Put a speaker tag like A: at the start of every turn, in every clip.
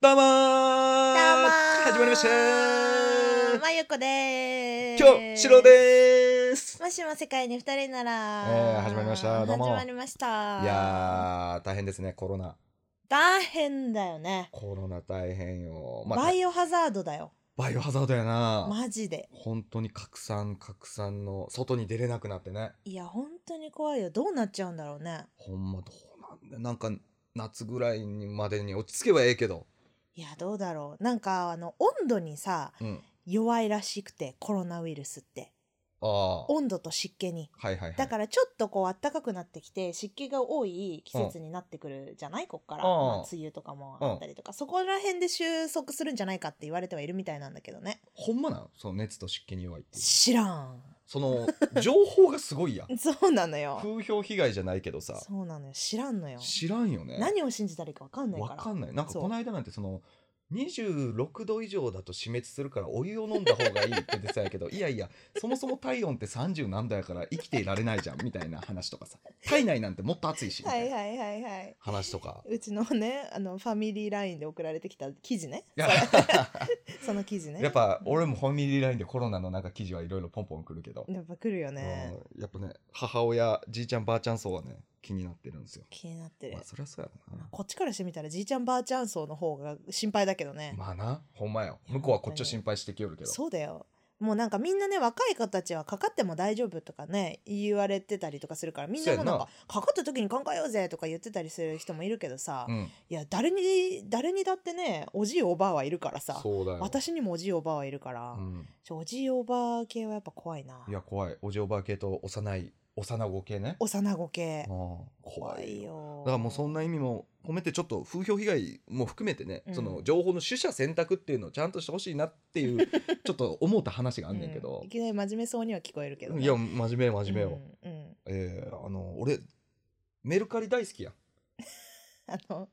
A: どうも
B: ど
A: ー
B: うもー
A: 始まりましたー
B: まゆこでーす
A: 今日、シロでーす
B: もしも世界に二人なら、
A: えー始まりましたどうも
B: 始まりました
A: いやー、大変ですね、コロナ。
B: 大変だよね、
A: コロナ大変よ。
B: バイオハザードだよ
A: バイオハザードやな、
B: マジで
A: 本当に拡散、拡散の、外に出れなくなってね。
B: いや本当に怖いよどうなっちゃうんだろうね
A: ほんま、どうなんだなんか、夏ぐらいにまでに落ち着けばええけど。
B: いやどうだろうなんかあの温度にさ
A: うん。
B: 弱いらしくてコロナウイルスって
A: ああ。はい
B: 温度と湿気に
A: はいはい。
B: だからちょっとこう暖かくなってきて湿気が多い季節になってくるじゃないこっから、
A: うん
B: まあ、梅雨とかもあったりとか、そこら辺で収束するんじゃないかって言われてはいるみたいなんだけどね
A: ほんまなのその熱と湿気に弱いっていう。
B: 知らん
A: その、情報がすごいやん。
B: そうなのよ
A: 風評被害じゃないけどさ。
B: そうなのよ知らんのよ
A: 知らんよね。
B: 何を信じたらいいか分かんないか
A: わ
B: ら
A: かんないなんか
B: そう
A: この間なんてその26度以上だと死滅するからお湯を飲んだ方がいいって言ってたんやけど いやいやそもそも体温って30何度やから生きていられないじゃんみたいな話とかさ体内なんてもっと暑いしみ
B: は
A: た
B: い
A: いな
B: はいはいはいう
A: 話とか。
B: うちのねあのファミリーラインで送られてきた記事ね
A: いや
B: その記事ね
A: やっぱ俺もファミリーラインでコロナのなんか記事はいろいろポンポンくるけど、
B: やっぱ来るよね、
A: うんやっぱね母親じいちゃんばあちゃん層はね気になってるんですよ。
B: 気になってる
A: まあ、そりゃそうやろ
B: まあ
A: な。
B: こっちからしてみたらじいちゃんばあちゃん層の方が心配だけどね、
A: まあなほんまよ向こうはこっちを心配してきよるけど。
B: そうだよもうなんかみんなね若い子たちはかかっても大丈夫とかね言われてたりとかするからみんなもなんかかかった時に考えようぜとか言ってたりする人もいるけどさ、
A: う
B: い
A: ん、
B: や誰に誰にだってねおじいおばあはいるからさ
A: そうだよ。
B: 私にもおじいおばあはいるから、
A: うん
B: ちょおじいおばあ系はやっぱ怖いない
A: や怖いおじおばあ系と幼い幼子系ね
B: 幼子
A: う
B: 系
A: ん
B: 怖い
A: だ
B: よ
A: からもうそんな意味も込めてちょっと風評被害も含めてね、
B: うん
A: その情報の取捨選択っていうのをちゃんとしてほしいなっていう ちょっと思うた話があんねんけど
B: う、いきなり真面目そうには聞こえるけどね、
A: いや真面目真面目よ、
B: うんうん
A: えーあの俺メルカリ大好きやん
B: あの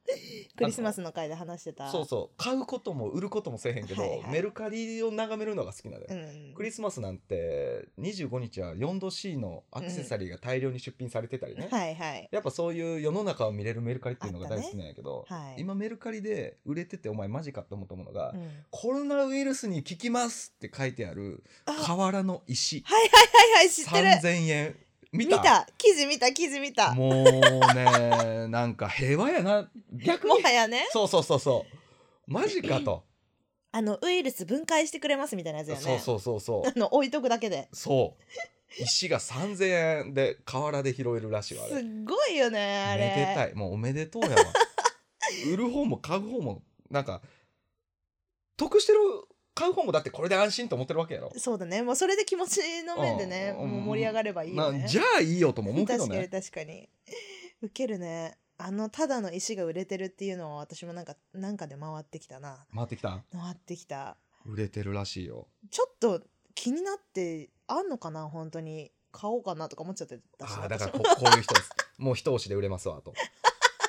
B: クリスマスの回で話してた
A: そうそう買うことも売ることもせえへんけど、
B: はいはい
A: メルカリを眺めるのが好きなのよ、
B: うん、
A: クリスマスなんて25日は 4°C のアクセサリーが大量に出品されてたりね、
B: はいはい
A: やっぱそういう世の中を見れるメルカリっていうのが大好きなんやけど、
B: あったねはい
A: 今メルカリで売れててお前マジかって思ったものが、
B: うん
A: コロナウイルスに効きますって書いてある
B: あはい
A: 瓦の石
B: はいはい知ってる
A: 3000円見た
B: 記事見た記事見たも
A: もうねなんか平和やな逆に
B: はやね
A: そうそうそうそうマジかと、
B: あのウイルス分解してくれますみたいなやつよね
A: そうそうそうそ
B: あの置いとくだけで
A: うそう石が3000円で瓦で拾えるらし
B: す
A: い
B: っ
A: わあれ
B: ごいよねあれ
A: めでたいもうおめでとう やわ売る方も買う方もなんか得してる買う方もだってこれで安心と思ってるわけやろ、
B: そうだねもうそれで気持ちの面でね、
A: うん
B: もう盛り上がればいいよ
A: な
B: ね、
A: じゃあいいよとも思うけど
B: 確かに
A: ね
B: 確かにウケるねあのただの石が売れてるっていうのは私もなんかなんかで回ってきたな
A: 回ってきた
B: 回ってきた
A: 売れてるらしいよ
B: ちょっと気になってあんのかな本当に買おうかなとか思っちゃってたし
A: ああだから
B: 私も
A: ここういう人です もう一押しで売れますわと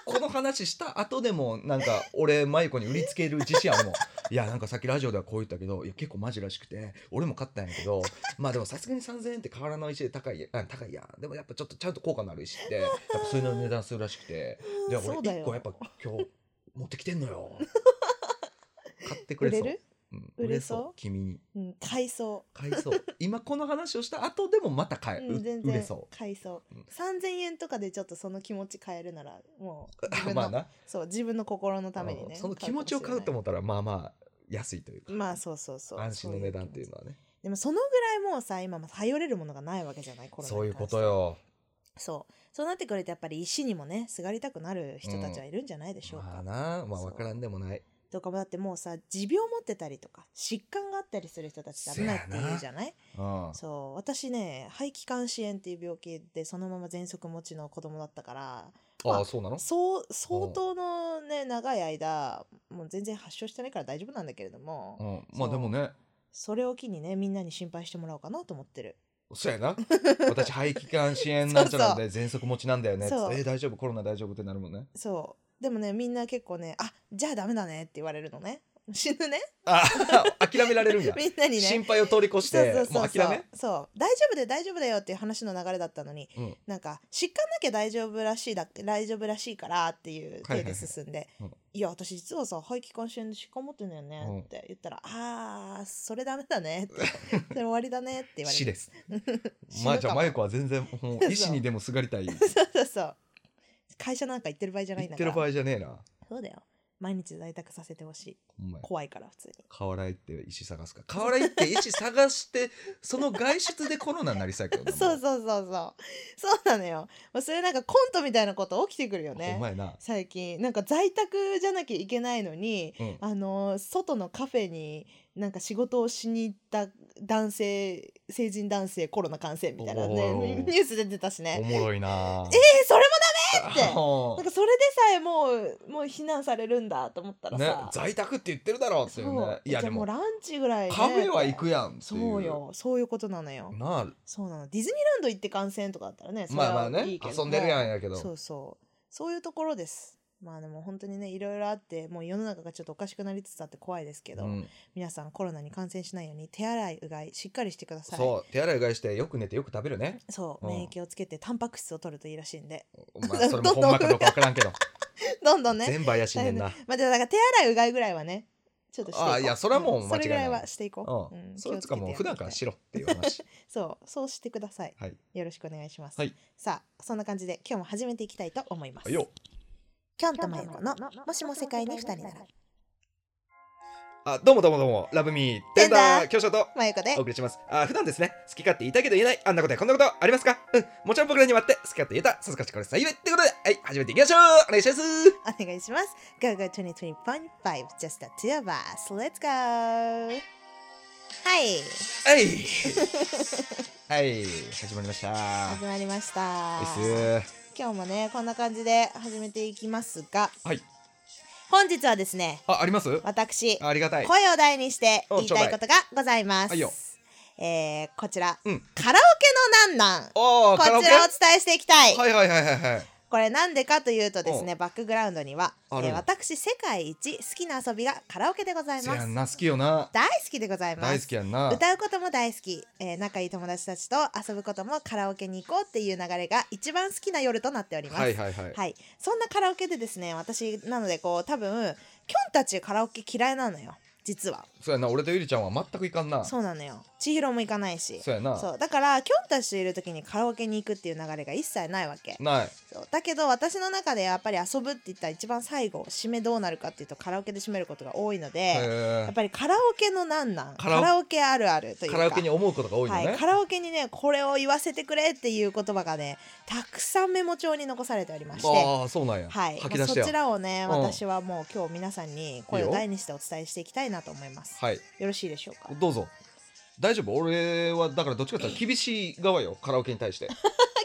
A: この話した後でもなんか俺マユ子に売りつける自信あるもん いやなんかさっきラジオではこう言ったけどいや結構マジらしくて俺も買ったんやけどまあでもさすがに3000円って変わらない石で高いやあ高いやんでもやっぱちょっとちゃんと効果のある石ってやっぱそれの値段するらしくて
B: うん
A: で俺
B: そうだ
A: 1個や
B: よ
A: っぱ今日持ってきてんの よ買ってく
B: 売
A: れそ
B: れ
A: う
B: る
A: うん
B: 売れそう
A: 君に
B: うん買いそう
A: 買いそう今この話をした後でもまた買え、
B: うん全
A: 売れ
B: 然
A: そう
B: 買いそう
A: うん
B: 3000円とかでちょっとその気持ち変えるならもう自分の、
A: まあな
B: そう自分の心のために
A: う
B: ね
A: んその気持ちを買うと思
B: っ
A: ったらまあまあ安いというか、
B: たまあそうそうそう
A: 安心の値段っていう
B: そ
A: のはね
B: 気持ちでもそのぐらいもうさ今も頼れるものがないわけじゃないコロナに
A: そういうこ
B: 関して
A: とよ
B: そうそうなってくるとやっぱり石にもねすがりたくなる人たちはいるんじゃないでしょうか、
A: まあなまあ
B: そう
A: 分からんでもない
B: とかもだってもうさ持病持ってたりとか疾患があったりする人たちって危ないって言うじゃない
A: うん
B: そう私ね肺気管支炎っていう病気でそのまま喘息持ちの子供だったからま
A: あ
B: あ
A: あそうなの
B: そう相当のね長い間もう全然発症してないから大丈夫なんだけれども、
A: うん
B: そ
A: まあ
B: う
A: でもね
B: それを機にねみんなに心配してもらおうかなと思ってる
A: そうや な私肺気管支炎なんちゃらで喘息持ちなんだよねつって
B: そう
A: えー大丈夫コロナ大丈夫ってなるもんね
B: そうでもねみんな結構ねあじゃあダメだねって言われるのね死ぬね
A: あ諦められるんや、
B: みんなにね
A: 心配を通り越し
B: そう
A: て
B: そうそう
A: もう諦め
B: そう大丈夫で大丈夫だよっていう話の流れだったのに、
A: うん
B: なんか疾患なきゃ大丈夫らしいだ大丈夫らしいからっていう
A: はいは
B: 手
A: いは
B: で
A: い
B: 進んで「い
A: うん
B: や私実はさ肺気管支炎で疾患持ってんだよね」って言ったら「あーそれダメだね」って 「それ終わりだね」って言われ
A: 死
B: て
A: です
B: 死ぬ
A: まあじゃ
B: か
A: あ
B: も
A: マユコは全然もう医師にでもすがりたい言
B: そうそうそう会社なんか行ってる場合じゃないん
A: っ
B: だ
A: て
B: か
A: る
B: ら
A: 場合じゃねえな
B: そうだよ毎日在宅させてほしい
A: お前
B: 怖いから普通に
A: 河原行って医師探すか河原行って医師探してその外出でコロナになりそうやけどな
B: そうそうそうそうそうなのよもうそういうなんかコントみたいなこと起きてくるよね
A: お前な
B: 最近なんか在宅じゃなきゃいけないのに、
A: うん
B: あのー外のカフェになんか仕事をしに行った男性成人男性コロナ感染みたいな
A: おい
B: ね
A: おいおい
B: ニュー スで出てた
A: お
B: しね
A: もろいな
B: えー、それも
A: え
B: ってなんかそれでさえもうもう避難されるんだと思ったら
A: ね
B: さ、、
A: 在宅って言ってるだろうっていう
B: そ
A: ね
B: う
A: いや
B: じ
A: で
B: ゃあもう
A: も
B: ランチぐらい、ね、
A: カフェは行くやんっていう
B: そうよそういうことなのよ
A: なあ
B: そうなのディズニーランド行って観戦とかだったらねそれ
A: まあま
B: は
A: あね
B: いいけど
A: 遊んでるやんやけど
B: そうそうそういうところですまあでも本当にねいろいろあってもう世の中がちょっとおかしくなりつつあって怖いですけど、
A: うん
B: 皆さんコロナに感染しないように手洗いうがいしっかりしてください
A: そう手洗いうがいしてよく寝てよく食べるね、
B: そう
A: うん
B: 免疫をつけてタンパク質を取るといいらしいんで
A: まあ、 それもほんまかどうかわからんけど
B: どんどんね
A: 全部怪しいねんな、
B: まあでもだから手洗いうがいぐらいはねちょっとしていこう
A: あいやそれはもう間違いない
B: んそれぐらいはしていこ
A: う
B: う、
A: ん
B: うん
A: それつうかもう
B: 気
A: 普
B: をつけてや
A: 段から
B: っていきたい
A: しろっていう話
B: そうそうしてください
A: はい
B: よろしくお願いします、
A: はい
B: さあそんな感じで今日も始めていきたいと思います
A: はいよ
B: キョンとマヨコのもしも世界に二人なら
A: あどうもどうもどうもラブミー
B: テ
A: テ
B: ン
A: ン
B: ダ
A: ダ
B: ー
A: ー教授と
B: マヨコで
A: お送りしますあ普段ですね好き勝手言いたいけど言えないあんなことやこんなことありますかうんもちろん僕らにもあって好き勝手言えたさすがしこれ幸いってことではい始めていきましょうお願いします
B: お願いします。Go Go 2020.5 Just the two of us. Let's go! はい。
A: はい はい始まりました
B: 始まりまし
A: ナ
B: た
A: イ。ス
B: 今日もね、こんな感じで始めていきますが、
A: はい
B: 本日はですね、
A: ああります
B: 私、
A: ありがたい
B: 声を題にして言いたい
A: おちょ
B: こ
A: う
B: とがございま
A: はいよ
B: す。えー、こちら、
A: うん
B: カラオケのなんなん。
A: おー
B: こち
A: カ
B: ら
A: ラ
B: を
A: オ
B: お
A: ケ
B: 伝えしていきたい。
A: はいはいはいはいはい
B: これなんでかというとですね、バックグラウンドには、え
A: ある
B: ー私、世界一好きな遊びがカラオケでござい
A: せ
B: ま
A: や
B: す
A: ん。な好きよな
B: 大好きでございます。
A: 大好きやんな
B: 歌うことも大好き、えー仲いい友達たちと遊ぶこともカラオケに行こうっていう流れが一番好きな夜となっております。
A: はいはいはい
B: はいそんなカラオケでですね私なのでこう多分キョンたちカラオケ嫌いなのよ実は
A: そうやな俺とゆりちゃんは全くいかんなそ
B: そうなのよ千尋も行かないし
A: うやな
B: そうだからキョンたちといる時にカラオケに行くっていう流れが一切ないわけ
A: ない
B: そうだけど私の中でやっぱり遊ぶって言ったら一番最後締めどうなるかっていうとカラオケで締めることが多いので、
A: へ
B: やっぱりカラオケのなんなんカ
A: カラオ
B: ラオケあるあるとい
A: ー
B: うか
A: カラオケに思うことが多いの
B: はい、
A: ね
B: カラオケにねこれを言わせてくれっていう言葉がねたくさんメモ帳に残されておりまして、
A: ああそうなんや
B: はい、
A: 吐き出して
B: もうそち
A: や
B: らをね
A: うん
B: 私はもう今日皆さんに声
A: いい
B: を
A: よ
B: 大にしてお伝えしていきたいなと思います
A: はい
B: よろしいでしょうか
A: どうぞ大丈夫俺はだからどっちかっていうと厳しい側よカラオケに対 して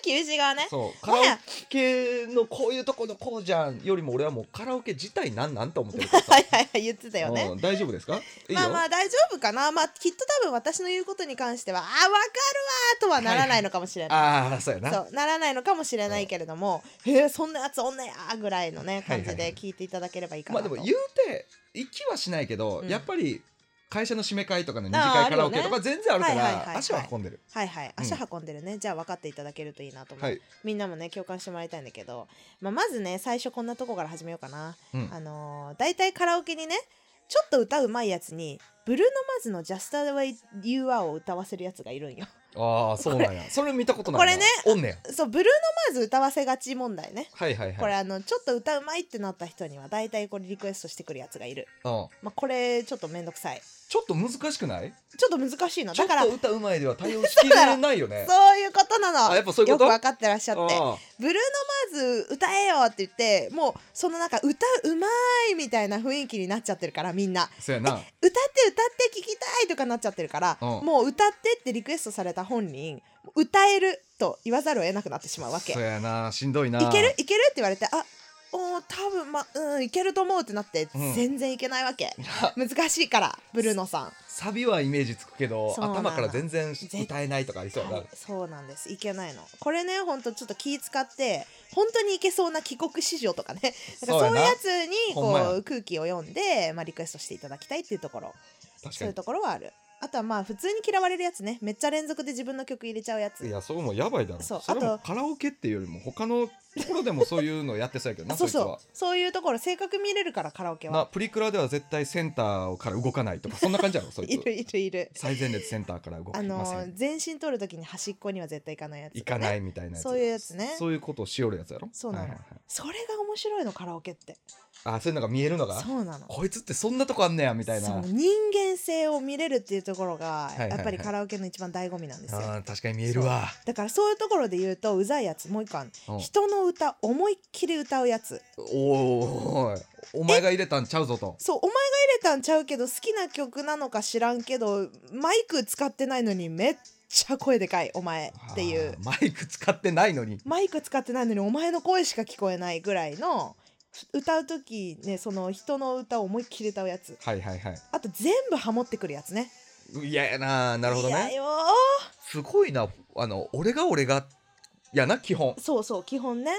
B: 厳しい側ね
A: そうカ
B: ま
A: ラ
B: あ
A: オケのこういうとこのこうじゃんよりも俺はもうカラオケ自体なんなんと思ってるからさ
B: はいはいはい言ってたよね
A: うん大丈夫ですかいいよ
B: まあまあ大丈夫かなまあきっと多分私の言うことに関してはあーわかるわーとはならないのかもしれない、
A: ああそうやな
B: そうならないのかもしれないけれども、へえそんなやつおんねやーぐらいのね感じ
A: はいはいは
B: で
A: い
B: 聞いていただければいいか
A: ま
B: な
A: あ
B: と、
A: でも言うて行きはしないけど、
B: うん
A: やっぱり会社の締め会とかの二次
B: あー
A: 会カラオケと
B: あ
A: か全然あるか
B: はいはいはいはい
A: ら足は運んでる。
B: はいはい
A: うん
B: 足運んでるね、じゃあ分かっていただけるといいなと思う、
A: はい。
B: みんなもね共感してもらいたいんだけど、まあ、まずね最初こんなとこから始めようかな、
A: うん
B: あのー、大体カラオケにねちょっと歌うまいやつにブルーノ・マズの「Just the way you are」を歌わせるやつがいる んよ
A: ああそうなん や。それ見たことないな。
B: これね
A: おんねや。
B: そうブルーノ・マズ歌わせがち問題ね
A: はいはいはい。
B: これあのちょっと歌うまいってなった人には大体これリクエストしてくるやつがいる、
A: うん。
B: まあ、これちょっとめんどくさい
A: ちょっと難しくない？
B: ちょっと難しいの
A: ちょ
B: だ
A: っ
B: から
A: と歌うまいでは対応しきれないよね。
B: そういうことなの
A: あやっぱそういうこと
B: よく分かってらっしゃって
A: あ
B: ブルーノ・マーズ歌えよって言ってもうそのなんか歌うまいみたいな雰囲気になっちゃってるからみんな
A: ーそうやな。
B: 歌って歌って聞きたいとかなっちゃってるから、
A: うん
B: もう歌ってってリクエストされた本人歌えると言わざるを得なくなってしまうわけ
A: そうやな。しんどいな。
B: いけるいけるって言われてあおー多分まあうんいけると思うってなって、
A: うん
B: 全然いけないわけ
A: いや
B: 難しいからブルーノさん
A: サビはイメージつくけど
B: そうなの
A: 頭から全然歌えないとかありそうだな
B: そうなんですいけないのこれねほんとちょっと気使って本当にいけそうな帰国子女とかねなんか
A: そ
B: そうう
A: や
B: いう
A: な
B: やつに
A: ほんま
B: こ
A: や
B: う空気を読んで、まあ、リクエストしていただきたいっていうところ
A: 確
B: そ
A: か
B: ういうところはあるあとはまあ普通に嫌われるやつねめっちゃ連続で自分の曲入れちゃうやつ
A: にいやそれもやばいだろ
B: そう
A: れ
B: あ
A: も
B: と
A: カラオケっていうよりも他のところでもそういうのやってそうやけど
B: あ
A: な
B: そう
A: そいつ
B: そ
A: は
B: うそういうところ性格見れるからカラオケ
A: な
B: は
A: プリクラでは絶対センターから動かない とかそんな感じやろそい
B: い
A: つ
B: るいるいる
A: 最前列センターから動
B: あ
A: きま
B: の
A: せん、
B: ー全身取るときに端っこには絶対行かないやつ、
A: 行かないいみたいな
B: そういうやつね
A: そういうことをしよるやつやろ
B: そうなの
A: はいはい
B: それが面白いのカラオケって
A: はい、あそういうのが見えるのが
B: そうなの
A: こいつってそんなとこあんねやみたいな
B: そう人間性を見れるっていうところが
A: いはいはい
B: やっぱりカラオケの一番醍醐味なんですよ、
A: あー確かに見えるわ
B: だからそういうところで言うとうざいやつもう一個ある
A: うん
B: 人の歌思いっきり歌うやつ
A: おーおいお前が入れたんちゃうぞと
B: そうお前が入れたんちゃうけど好きな曲なのか知らんけどマイク使ってないのにめっちゃ声でかいお前ってい
A: あ
B: う
A: ーマイク使ってないのに
B: マイク使ってないのにお前の声しか聞こえないぐらいの歌う時ねその人の歌を思いっきり歌うやつ
A: はいはいはい
B: あと全部ハモってくるやつね
A: 嫌やななるほど
B: いや
A: ね
B: よ
A: すごいなあの俺が俺がやな基本
B: ーそうそう基本ね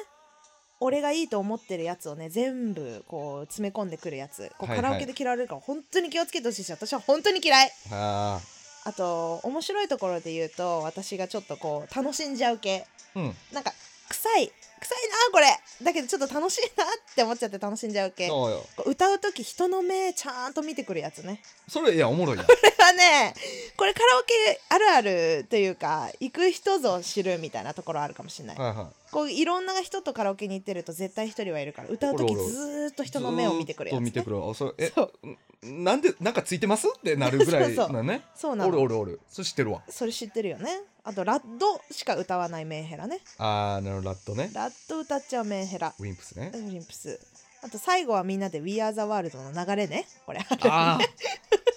B: 俺がいいと思ってるやつをね全部こう詰め込んでくるやつ
A: は
B: こう
A: いはい
B: カラオケで嫌われるから本当に気をつけてほしいし私は本当に嫌い
A: あ
B: あと面白いところで言うと私がちょっとこう楽しんじゃう系
A: ーうん
B: なんか臭い臭いなこれだけどちょっと楽しいなって思っちゃって楽しんじゃう系
A: そうよ
B: こう歌う時人の目ちゃんと見てくるやつね
A: それいやおもろい やん
B: これはねこれカラオケあるあるというか行く人ぞ知るみたいなところあるかもしれない
A: はいはい
B: こういろんな人とカラオケに行ってると絶対一人はいるから歌う
A: お
B: 時
A: るおる
B: ずーっと人の目を見てくるやつ、ね、
A: ずーっと見てくるあそれえ
B: そうん
A: なんでなんかついてますってなるぐらい
B: そうそう
A: なね
B: そうな
A: おる
B: の
A: おるおるそれ知ってるわ
B: それ知ってるよねあとラッドしか歌わないメンヘラね
A: あーなるほどラットね
B: ラッド歌っちゃうメンヘラ
A: ウィンプスね
B: ウリンプスあと最後はみんなで「We Are the World」の流れねこれ ある
A: あ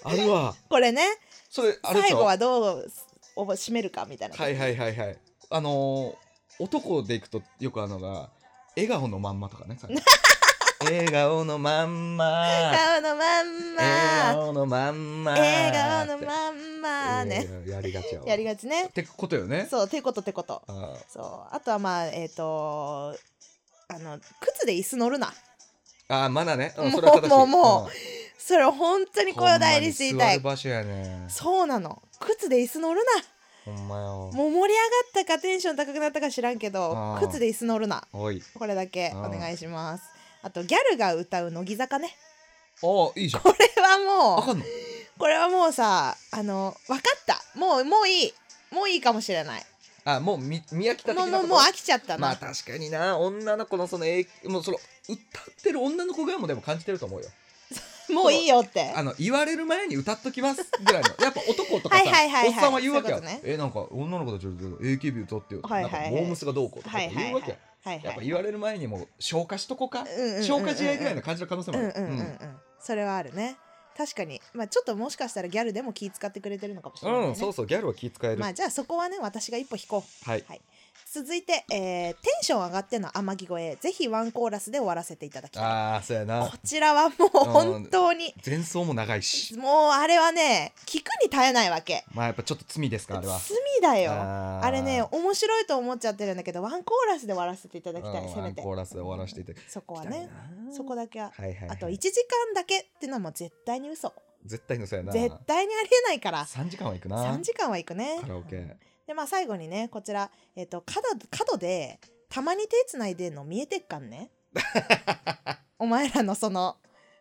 A: ああるわ
B: これね
A: それあれち
B: 最
A: ゃう
B: 後はどうおぼ締めるかみたいな、
A: はいはいはいはいあのー、男でいくとよくあるのが笑顔のまんまとか ね笑顔のまんま
B: 笑顔のまんま
A: 笑顔のまんま
B: 笑顔のまんまね、
A: えーやりがちやわ
B: やりがちね
A: ってことよね
B: そうてことてこと
A: あ
B: そうあとはまあえっ、とあの靴で椅子乗るな
A: ーあーマナーね、うん、
B: もう
A: それは正しい
B: もうも
A: うん
B: それ本当に声を大にして
A: ほ
B: い
A: んま
B: た
A: に座る
B: い
A: 場所やね
B: そうなの靴で椅子乗る
A: ほんまよ
B: なもう盛り上がったかテンション高くなったか知らんけど
A: あー
B: 靴で椅子乗るな
A: おい
B: これだけ
A: うん
B: お願いします。あとギャルが歌う乃木坂ね。
A: ああいいじゃん
B: これは
A: あ
B: も
A: かんの
B: う、これはもうさ、あの、分かった。もう、もういい。もういいかもしれない。
A: あもうみ見飽きた的
B: もう、
A: な
B: も
A: こ
B: う、
A: と
B: もう飽きちゃったな。
A: まあ確かにな女の子のその影もうその歌ってる女の子側もでも感じてると思うよ
B: もういいよって。
A: あの言われる前に歌っときますぐらいのやっぱ男とかさ
B: はいはいはいはい
A: おっさんは言うわけや、
B: そういうこと
A: えなんか女の子たちょっと AKB 歌ってよ、
B: はいはいはい
A: なんかモームスがどうこうとか
B: はい
A: 言うわけ
B: はい
A: や、
B: はい。はい
A: やっぱ
B: はい。
A: 言われる前にもう消化しとこうか、
B: うんうんうん
A: 消化試合ぐらいの感じの可能性も
B: う
A: あ
B: ん
A: る
B: うんうんう
A: うん
B: ん。それはあるね。確かに。まあちょっともしかしたらギャルでも気使ってくれてるのかもしれない、ね。
A: うんそうそうギャルは気使える、
B: まあじゃあそこはね、私が一歩引こう。
A: はい
B: 続いて、えーテンション上がっての天城越え、ぜひワンコーラスで終わらせていただきたい。
A: ああそうやな
B: こちらはもう本当に
A: 前奏も長いし
B: もうあれはね聞くに耐えないわけ
A: まあやっぱちょっと罪ですかあれ
B: 罪
A: は
B: だよ
A: あー
B: あれね面白いと思っちゃってるんだけどワンコーラスで終わらせていただきた
A: う
B: い
A: ん
B: せめて
A: ワンコーラスで終わらせていただ
B: そこは
A: きたい
B: ね
A: な
B: そこだけは
A: はいはいはい、
B: あと1時間だけってのはもう絶対に嘘
A: 絶対のそうやな
B: 絶対にありえないから
A: 3時間は行くな
B: 3時間は行くね
A: カラオケ
B: でまあ最後にねこちらえっと角角でたまに手つないでんの見えてっか んねお前らのその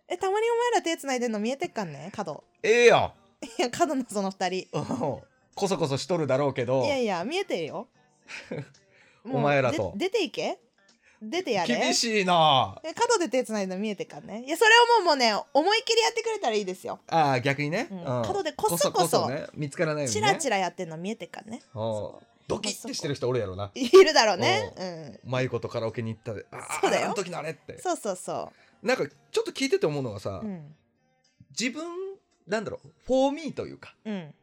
B: えたまにお前ら手つないでんの見えてっかんね角
A: ええや
B: いや角のその2人
A: んうんこそこそしとるだろうけど
B: いやいや見えてるよもう
A: お前らと
B: で出ていけ出てやれ
A: 厳しいな
B: え角で手つないで見えてっからねいやそれをもうもうね思いっきりやってくれたらいいですよ
A: ああ逆にね、
B: うん
A: うん
B: 角でこそこそ
A: ね見つからないように
B: チ
A: ね
B: ラチラやってんの見えてっからね
A: うんドキッてしてる人おるやろない
B: るだろうね
A: うまいことカラオケに行ったであー
B: そうだよ
A: あの時のあれっ
B: う
A: て
B: んそうそうそ
A: なんかちょっと聞いてて思うのがさ、
B: ううん
A: 自分なんだろうフォーミーというか
B: うん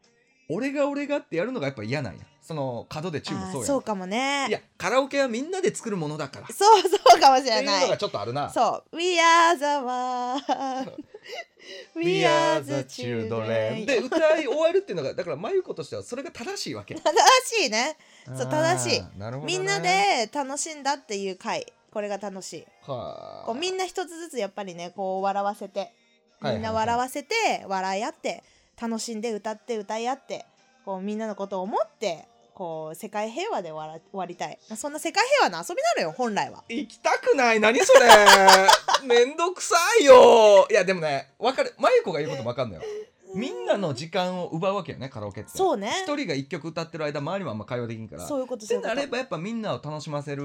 A: 俺が俺がってやるのがやっぱ嫌なんやその角でチューも
B: あ
A: そう
B: ー
A: やん
B: そうかもね
A: いやカラオケはみんなで作るものだからって
B: そうそうかもしれ
A: いう
B: な
A: のが
B: い
A: ちょっとあるな
B: そう We are the world We are the children
A: で歌い終わるっていうのがだから真由子としてはそれが正しいわけ
B: 正しいねそう正しい
A: あーなるほどね
B: みんなで楽しんだっていう回これが楽しい
A: はあ
B: こうみんな一つずつやっぱりねこう笑わせて
A: は
B: み
A: い
B: んな笑わせて笑い合って楽しんで歌って歌い合ってこうみんなのことを思ってこう世界平和で終わら終わりたいそんな世界平和の遊びなのよ本来は
A: 行きたくない何 それめんどくさいよいやでもねわかる真由子が言うこともわかんないよみんなの時間を奪うわけよねカラオケって
B: そううね
A: 一人が一曲歌ってる間周りもあんま会話できんから
B: そういうこと
A: っ
B: そうい
A: て
B: うこ
A: なれ
B: と
A: ばやっぱみんなを楽しませる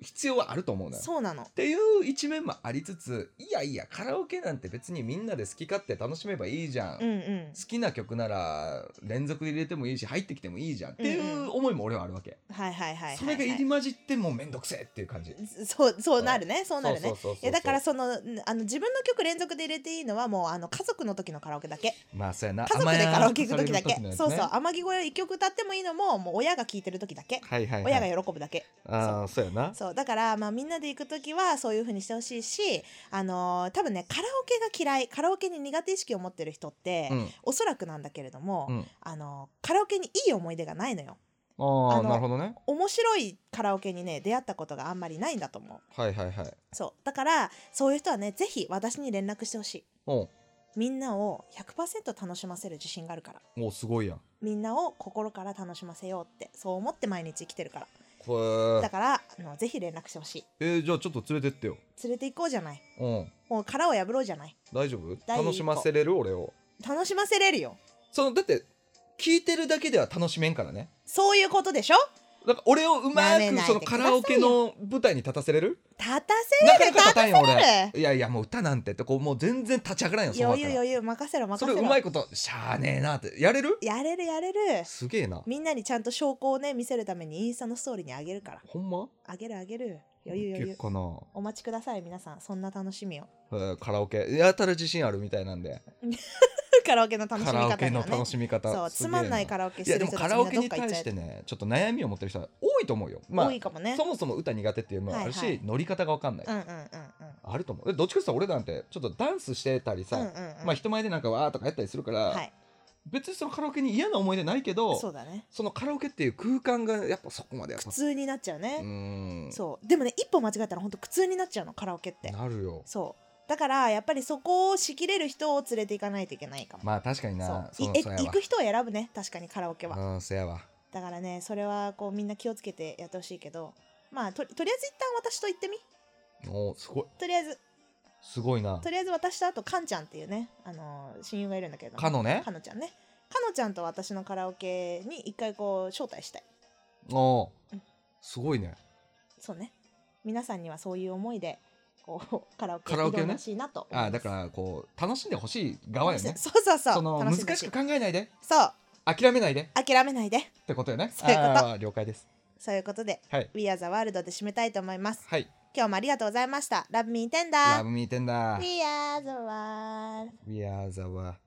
A: 必要はあると思うのよ。
B: そうなの
A: っていう一面もありつついやいやカラオケなんて別にみんなで好き勝手楽しめばいいじゃん、
B: うん
A: 好
B: うん
A: きな曲なら連続で入れてもいいし入ってきてもいいじゃんって
B: うん
A: いうう思いも俺はあるわけ、
B: はいはいはいはいはい
A: それが入り混じってもうめんどくせえっていう感じ、
B: そうそうなるねそうなる
A: そ
B: ね
A: うそうそうそう
B: いやだからそのんあの自分の曲連続で入れていいのはもうあの家族の時のカラオケだけ
A: まあそうやな
B: 家族でカラオケ行く時だ
A: 甘やか
B: け
A: される時のやつ
B: そう
A: ね
B: そう天城越えを一曲歌ってもいいのももう親が聴いてる時だけ
A: はいはい、はい、
B: 親が喜ぶだけ
A: ああそうやな
B: そうだから、まあ、みんなで行く時はそういう風にしてほしいし、あのー多分ねカラオケが嫌いカラオケに苦手意識を持ってる人って、
A: うん
B: おそらくなんだけれども、
A: うん
B: あのーカラオケにいい思い出がないのよ
A: あ
B: あの
A: あなるほどね
B: 面白いカラオケにね出会ったことがあんまりないんだと思う
A: はいはいはい
B: そうだからそういう人はねぜひ私に連絡してほしい
A: お
B: みんなを100%楽しませる自信があるから
A: もうすごいやん
B: みんなを心から楽しませようってそう思って毎日生きてるから
A: こ
B: だ
A: れ
B: からあのぜひ連絡してほしい
A: えー、じゃあちょっと連れてってよ
B: 連れて行こうじゃない
A: うん
B: もう殻を破ろうじゃない
A: 大丈夫
B: 第一歩
A: 楽しませれる俺を
B: 楽しませれるよ
A: そのだって聞いてるだけでは楽しめんからね
B: そういうことでしょ
A: だから俺をうま
B: 舐め
A: ー
B: な
A: くそ
B: いで
A: のカラオケの舞台に立たせれる
B: 立た
A: な
B: せ
A: かな
B: れる
A: か立たんよ俺
B: せ
A: いやいやもう歌なんてってこうもう全然立ち上がらんよその
B: 余裕
A: 後
B: 余裕任せろ
A: そ
B: 任
A: れ
B: せ
A: う
B: ろ
A: まいことしゃあねえなってやれる
B: やれるやれる
A: すげえな
B: みんなにちゃんと証拠をね見せるためにインスタのストーリーにあげるから
A: ほんま
B: あげるあげる余裕余
A: いけ
B: 裕
A: っかな
B: お待ちください皆さんそんな楽しみを
A: えーカラオケやたら自信あるみたいなんで
B: カラオケの楽しみ
A: カラオ
B: 方
A: ケ
B: に
A: の
B: はね
A: 楽しみ方
B: そう
A: すげえ
B: つまんないカラオケし
A: いや
B: て
A: で
B: る
A: も
B: 人
A: カ
B: たち
A: ラオ
B: み
A: ケに
B: んなどっか行っ
A: 対
B: ちゃ
A: し
B: う
A: てねちょっと悩みを持ってる人は多いと思うよまあ
B: 多いかもね
A: そもそも歌苦手っていうのもあるし、
B: はいはい
A: 乗り方が分かんない、
B: うんうんうんうん
A: あると思うでどっちかっていうと俺なんてちょっとダンスしてたりさ、
B: うんうんうん
A: まあ人前でなんかわーとかやったりするから、
B: はい
A: 別にそのカラオケに嫌な思い出ないけど
B: そうだね
A: そのカラオケっていう空間がやっぱそこまでやっぱ
B: 苦痛になっちゃう
A: う
B: ね
A: ーん
B: そうでもね一歩間違えたら本当苦痛になっちゃうのカラオケって
A: なるよ
B: そうだからやっぱりそこを仕切れる人を連れていかないといけないかも、
A: まあ確かにな
B: そうい
A: の
B: え
A: そやわ
B: 行く人を選ぶね確かにカラオケは
A: うんそやわ
B: だからねそれはこうみんな気をつけてやってほしいけどまあととりあえず一旦私と行ってみ
A: おーすごい
B: とりあえず
A: すごいな
B: とりあえず私とあとカンちゃんっていうね、あのー親友がいるんだけど
A: かのね
B: カノちゃんねカノちゃんと私のカラオケに一回こう招待したい
A: おー
B: うん
A: すごいね
B: そうね皆さんにはそういう思いでこ うカラオケ
A: カラオケね
B: 挑んでほしいなと思います
A: あーだからこう楽しんでほしい側よね
B: そうそうそう
A: その
B: 楽
A: 難
B: んでほ
A: しく考えないで
B: そう
A: 諦めないで
B: 諦めないで
A: ってことよね
B: そういうこと
A: あー了解です
B: そういうことで
A: はい
B: We are the world で締めたいと思います
A: はい
B: 今日もありがとうございました Love me
A: ラ
B: tender
A: ブミーテンダー
B: We are the world
A: We are the world